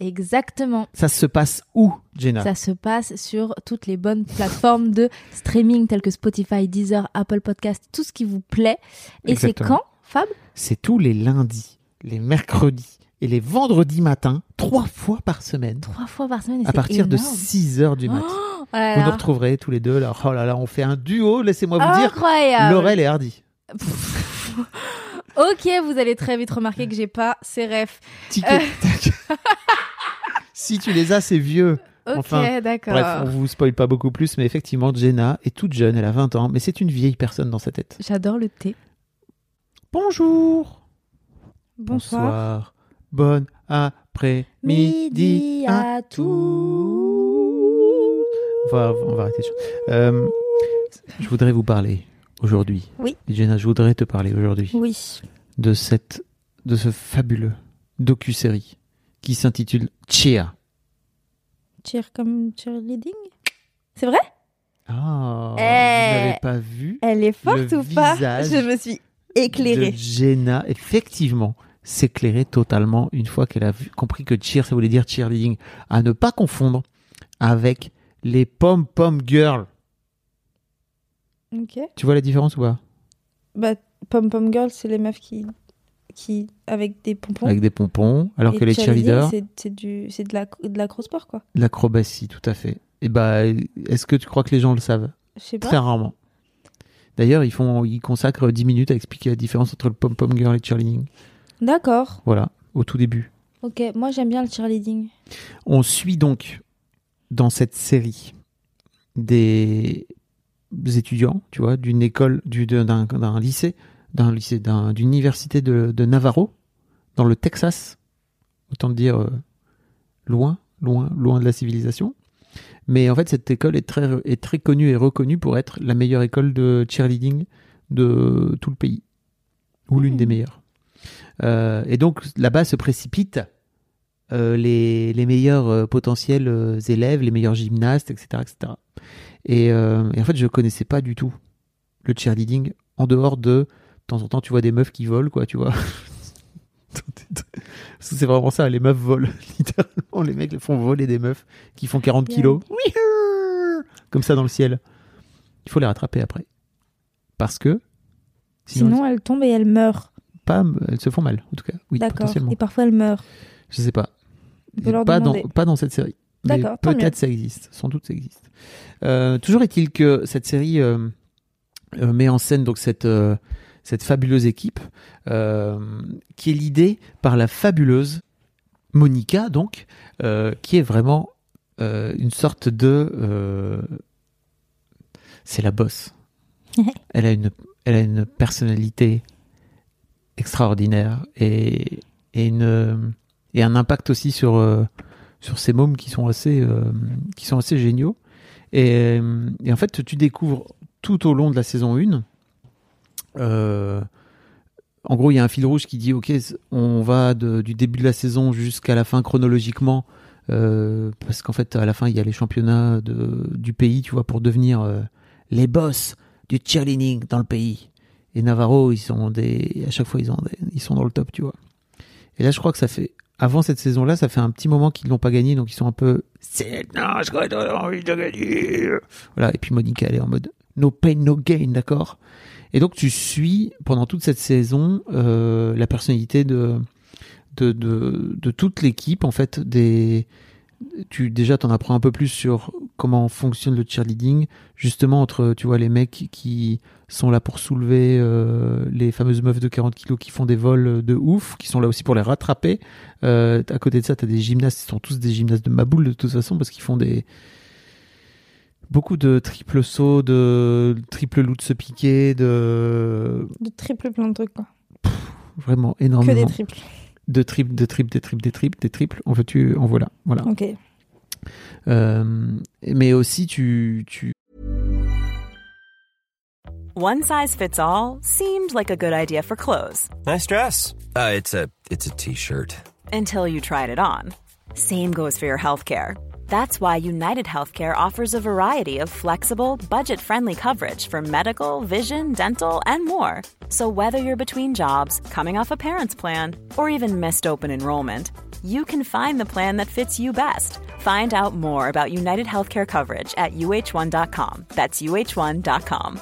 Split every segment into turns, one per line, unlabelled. Exactement.
Ça se passe où, Jenna
Ça se passe sur toutes les bonnes plateformes de streaming telles que Spotify, Deezer, Apple Podcast, tout ce qui vous plaît. Et c'est
Exactement.
quand, Fab
C'est tous les lundis, les mercredis et les vendredis matins, trois fois par semaine.
Trois fois par semaine. et
À
c'est
partir de
énorme.
6 heures du matin.
Oh là
vous
là.
nous
Oh,
retrouverez tous les deux. Là. Oh là là, on fait un duo, laissez-moi vous dire.
Incroyable.
Laurel et Hardy.
Pff. ok, vous allez très vite remarquer que j'ai pas ces refs.
Tic et tac.
Euh.
si tu les as, c'est vieux.
Ok,
Enfin,
d'accord.
Bref, on vous spoil pas beaucoup plus, mais effectivement, Jenna est toute jeune, elle a 20 ans, mais c'est une vieille personne dans sa tête.
J'adore le thé.
Bonjour.
Bonsoir.
Bonne après-midi
ah.
à tous. On va, on va arrêter de chanter. Euh, je voudrais vous parler aujourd'hui.
Oui.
Jenna, je voudrais te parler aujourd'hui
Oui.
de cette, de ce fabuleux docu-série qui s'intitule Cheer.
Cheer comme cheerleading.
Ah,
Eh.
vous n'avez pas vu
Elle est forte
Le
ou pas
visage
Je me suis éclairée.
de Jenna, effectivement, s'éclairer totalement une fois qu'elle a vu- compris que cheer, ça voulait dire cheerleading. À ne pas confondre avec les pom-pom girls.
Ok.
Tu vois la différence ou pas
Bah, Pom Pom Girl, c'est les meufs qui, qui avec des pompons.
Avec des pompons, alors
Et
que les
cheerleading,
cheerleaders,
c'est- C'est du, c'est de la, de l'acrosport quoi.
de l'acrobatie, tout à fait. Et bah, est-ce que tu crois que les gens le savent
Je sais
Très
pas.
rarement. D'ailleurs, ils, font, ils consacrent 10 minutes à expliquer la différence entre le pom-pom girl et le cheerleading.
D'accord.
Voilà, au tout début.
Ok. Moi, j'aime bien le cheerleading.
On suit donc dans cette série des étudiants, tu vois, d'une école, du- de- d'un d'un lycée, d'un lycée, d'un- d'une université de, de Navarro, dans le Texas. Autant te dire euh, loin, loin, loin de la civilisation. Mais en fait, cette école est très, est très connue et reconnue pour être la meilleure école de cheerleading de tout le pays, ou l'une des meilleures. Euh, et donc là-bas se précipitent euh, les, les meilleurs euh, potentiels euh, élèves, les meilleurs gymnastes, etc. etc. Et, euh, et en fait, je connaissais pas du tout le cheerleading en dehors de, de temps en temps, tu vois des meufs qui volent, quoi, tu vois. Parce que C'est vraiment ça, les meufs volent, littéralement. Les mecs les font voler des meufs qui font 40
Bien.
kilos. Comme ça dans le ciel. Il faut les rattraper après. Parce que. Sinon,
Sinon, elles tombent et elles meurent.
elles- pas, elles se font mal, en tout cas. Oui,
D'accord.
potentiellement.
Et parfois, elles meurent.
Je sais pas.
On peut leur
Pas dans,
demander.
pas dans cette série. Mais
D'accord, tant
Peut-être ça existe. Sans doute ça existe. Euh, toujours est-il que cette série euh, euh, met en scène donc cette, euh, cette fabuleuse équipe euh, qui est l'idée par la fabuleuse Monica, donc, euh, qui est vraiment euh, une sorte de. euh, c'est la bosse. elle, a une, elle a une personnalité extraordinaire et, et une, et un impact aussi sur, euh, sur ces mômes qui sont assez, euh, qui sont assez géniaux. Et, euh, et en fait, tu découvres tout au long de la saison 1. euh, en gros, il y a un fil rouge qui dit Ok, c- on va de- du début de la saison jusqu'à la fin chronologiquement. euh, parce qu'en fait, à la fin, il y a les championnats de- du pays, tu vois, pour devenir euh, les boss du cheerleading dans le pays. Et Navarro, ils sont des, à chaque fois, ils, ont des- ils sont dans le top, tu vois. Et là, je crois que ça fait avant cette saison-là, ça fait un petit moment qu'ils l'ont pas gagné, donc ils sont un peu. C'est non, je crois que j'aurais envie de gagner. Voilà. Et puis Monica, elle est en mode no pain, no gain, d'accord. Et donc tu suis pendant toute cette saison euh, la personnalité de de, de, de toute l'équipe en fait des tu déjà t'en apprends un peu plus sur comment fonctionne le cheerleading justement entre tu vois les mecs qui sont là pour soulever euh, les fameuses meufs de 40 kilos qui font des vols de ouf qui sont là aussi pour les rattraper euh, à côté de ça, tu as des gymnastes, ils sont tous des gymnastes de maboule de toute façon parce qu'ils font des beaucoup de triple sauts, de triple loup de se piquer, de
De triple plein de trucs quoi.
vraiment
Que
énormément
des triples.
de triples, de triples, des triples, des triples, des triples. En veux-tu, en voilà, voilà.
Ok.
Euh, mais aussi, tu, tu,
One size fits all seemed like a good idea for clothes
Nice dress. Uh, it's a it's a t-shirt.
until you tried it on. Same goes for your healthcare. That's why United Healthcare offers a variety of flexible, budget friendly coverage for medical, vision, dental, and more. So, whether you're between jobs, coming off a parent's plan, or even missed open enrollment, you can find the plan that fits you best. Find out more about United Healthcare coverage at uh1.com. That's uh1.com.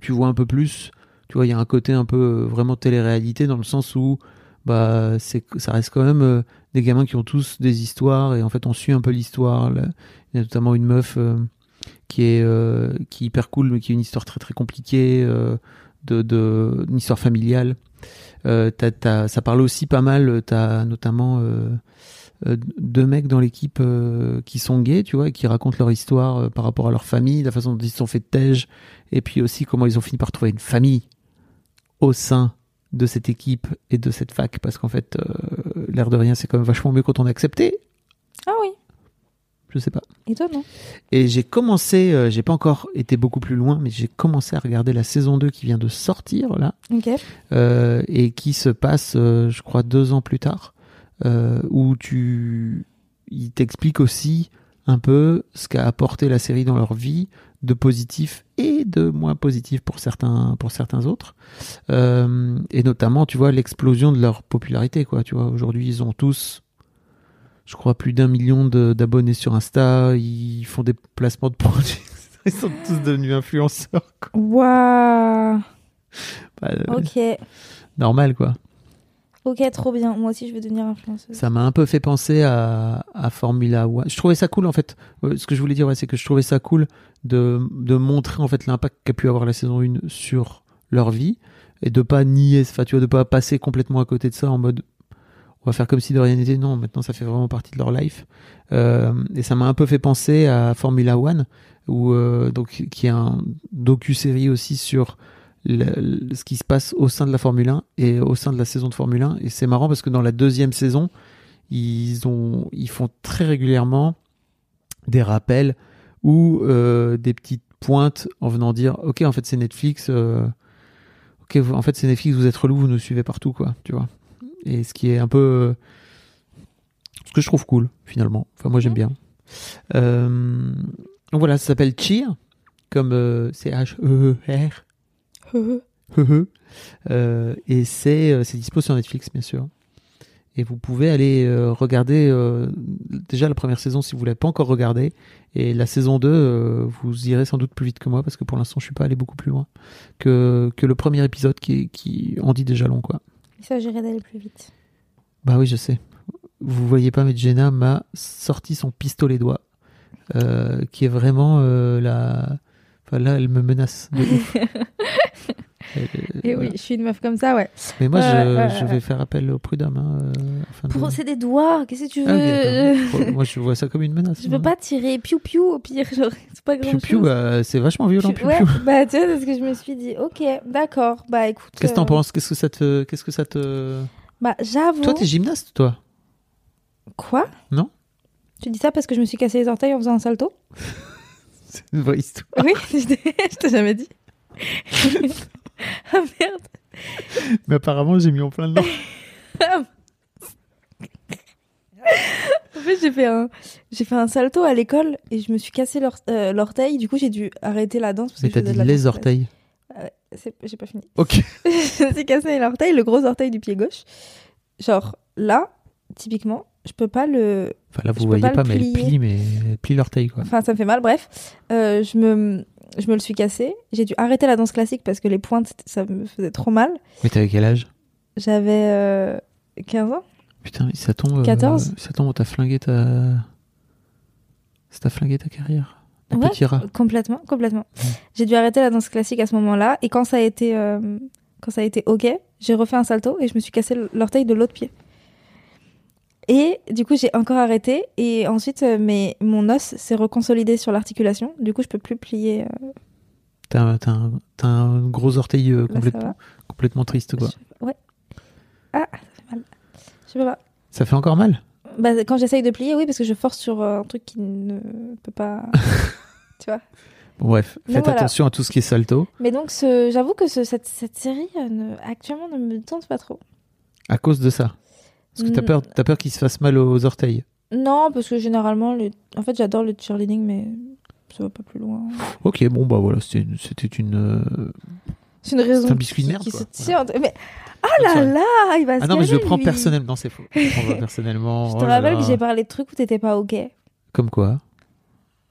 tu vois un peu plus. Tu vois, il y a un côté un peu euh, vraiment télé-réalité dans le sens où bah, c'est, ça reste quand même euh, des gamins qui ont tous des histoires et en fait on suit un peu l'histoire. là. Il y a notamment une meuf euh, qui est euh, qui est hyper cool mais qui a une histoire très très compliquée, euh, de, de- une histoire familiale. Euh, t'as- t'as- ça parle aussi pas mal. euh, T'as notamment euh, euh, deux mecs dans l'équipe euh, qui sont gays, tu vois, et qui racontent leur histoire euh, par rapport à leur famille, la façon dont ils se sont fait tège et puis aussi comment ils ont fini par trouver une famille au sein de cette équipe et de cette fac, parce qu'en fait, euh, l'air de rien, c'est quand même vachement mieux quand on est accepté,
Ah oui,
je sais pas.
étonnant.
Et j'ai commencé, euh, j'ai pas encore été beaucoup plus loin, mais j'ai commencé à regarder la saison 2 qui vient de sortir, là,
Ok.
euh, et qui se passe, euh, je crois, deux ans plus tard, euh, où tu, il t'explique aussi un peu ce qu'a apporté la série dans leur vie, de positif et de moins positif pour certains, pour certains autres, Euh, et notamment, tu vois, l'explosion de leur popularité, quoi. Tu vois, aujourd'hui, ils ont tous je crois plus d'un million de- d'abonnés sur Insta, ils font des placements de produits, ils sont tous devenus influenceurs. quoi.
Waouh.
Bah, euh,
Ok.
Normal quoi.
Ok, trop bien. Moi aussi, je veux devenir influenceuse.
Ça m'a un peu fait penser à, à Formula One. Je trouvais ça cool en fait. Euh, ce que je voulais dire, ouais, c'est que je trouvais ça cool de, de montrer en fait l'impact qu'a pu avoir la saison 1 sur leur vie et de pas nier, enfin tu vois, de pas passer complètement à côté de ça en mode on va faire comme si de rien n'était. Non, maintenant ça fait vraiment partie de leur life. Euh, et ça m'a un peu fait penser à Formula One, où, euh, donc, qui est un docu-série aussi sur le- le- ce qui se passe au sein de la Formule 1 et au sein de la saison de Formule 1. Et c'est marrant parce que dans la deuxième saison, ils, ont, ils font très régulièrement des rappels ou euh, des petites pointes en venant dire Ok, en fait, c'est Netflix. euh, ok, vous- en fait, c'est Netflix, vous êtes relou, vous nous suivez partout, quoi. Tu vois Et ce qui est un peu. euh, ce que je trouve cool, finalement. Enfin, moi, j'aime bien. Euh, donc voilà, ça s'appelle Cheer, comme euh, C-H-E-E-R. Euh, et c'est euh, c'est dispo sur Netflix, bien sûr. Et vous pouvez aller euh, regarder euh, déjà la première saison si vous ne l'avez pas encore regardée. Et la saison 2, euh, vous irez sans doute plus vite que moi parce que pour l'instant, je ne suis pas allé beaucoup plus loin que, que le premier épisode qui, qui en dit déjà long. Quoi.
Il s'agirait d'aller plus vite.
Bah oui, je sais. Vous voyez pas, mais Jenna m'a sorti son pistolet doigt, euh, qui est vraiment euh, la. Enfin, là, elle me menace. De ouf. Elle-
Et
voilà.
oui, je suis une meuf comme ça, ouais.
Mais moi,
Ouais,
je,
ouais,
je
ouais.
vais faire appel au prud'homme. hein, euh, afin de-
Pour- C'est des doigts, qu'est-ce que tu
Ah,
veux
ok,
Euh,
d'accord. Pour- moi, je vois ça comme une menace.
Je peux pas tirer piou piou au pire, genre, c'est pas grand
Piu piu,
chose.
euh, c'est vachement violent.
Je-
piu,
ouais,
piu.
bah tu vois, c'est ce que je me suis dit. Ok, d'accord. Bah écoute.
Qu'est-ce que
euh,
t'en penses Qu'est-ce que ça te Qu'est-ce que ça te
Bah j'avoue.
Toi, t'es gymnaste, toi
Quoi
Non.
Tu dis ça parce que je me suis cassé les orteils en faisant un salto
C'est une vraie histoire.
Oui, je t'ai- je t'ai jamais dit. ah merde.
Mais apparemment, j'ai mis en plein de
En fait, j'ai fait un, j'ai fait un salto à l'école et je me suis cassé l'or- euh, l'orteil. du coup, j'ai dû arrêter la danse parce
Mais
que je
t'as
faisais
dit
de la danse
les
classique.
orteils.
C'est- J'ai pas fini.
Ok.
je me suis cassé l'orteil, le gros orteil du pied gauche. Genre là, typiquement, je peux pas le.
Enfin, là,
Je
vous
peux
voyez
pas
pas,
le
mais elle
plier.
plie, mais elle plie l'orteil, quoi.
Enfin, ça me fait mal. Bref, Euh, je me, je me le suis cassé. J'ai dû arrêter la danse classique parce que les pointes, ça me faisait trop mal.
Mais t'avais quel âge
J'avais euh, 15 ans.
Putain, mais ça tombe. euh,
14.
ça tombe, t'as flingué ta. Ça t'a flingué ta carrière. Mon
Ouais.
petit rat.
Complètement, complètement.
Ouais.
J'ai dû arrêter la danse classique à ce moment-là. Et quand ça a été, euh, quand ça a été ok, j'ai refait un salto et je me suis cassé l'orteil de l'autre pied. Et du coup, j'ai encore arrêté. Et ensuite, euh, mes- mon os s'est reconsolidé sur l'articulation. Du coup, je peux plus plier. euh,
T'as un, t'as un- t'as un gros orteil euh,
Bah, ça
complètement, complètement triste, quoi.
je- Ouais. Ah, ça fait mal. Je peux pas.
Ça fait encore mal
Bah, quand j'essaye de plier, oui, parce que je force sur euh, un truc qui ne peut pas. tu vois
Bon, bref,
Donc,
faites
voilà.
attention à tout ce qui est salto.
Mais donc, ce- j'avoue que ce- cette, cette série, euh, ne- actuellement, ne me tente pas trop.
À cause de ça. Parce que t'as
Mm.
peur, t'as peur qu'il se fasse mal aux orteils.
Non, parce que généralement, le... en fait, j'adore le cheerleading, mais ça va pas plus loin.
Ok, bon, bah voilà, c'était c'était une. euh,
Oh C'est une raison.
C'est un biscuit de
qui-
merde,
qui
quoi.
se
Voilà.
tient. Mais... Oh là
Bonne soirée.
là, il va se
Ah non, mais je le
gaver,
prends
lui.
personnellement. Non, c'est faux. Je le prends pas personnellement.
Je
Oh
te
là
rappelle
là.
que j'ai parlé de trucs où t'étais pas OK.
Comme quoi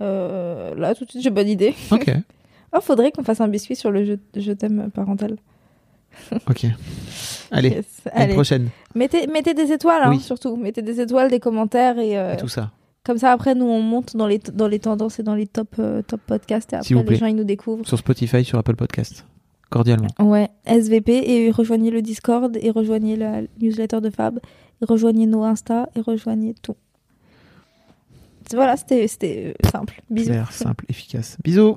Euh, là, tout de suite, j'ai bonne idée.
Ok,
Oh, faudrait qu'on fasse un biscuit sur le jeu, je t'aime parental.
ok. Allez,
Yes,
à une
allez.
prochaine.
Mettez, mettez des étoiles, hein,
Oui.
surtout. Mettez des étoiles, des commentaires. Et, euh,
Et tout ça.
comme ça, après, nous, on monte dans les, dans les tendances et dans les top, euh, top podcasts. Et après,
S'il vous
les
plaît.
gens, ils nous découvrent.
Sur Spotify, sur Apple Podcast. Cordialement.
Ouais, SVP. Et rejoignez le Discord. Et rejoignez la newsletter de Fab. Et rejoignez nos Insta. Et rejoignez tout. Voilà, c'était c'était, euh, simple. Bisous.
Clair, simple, efficace. Bisous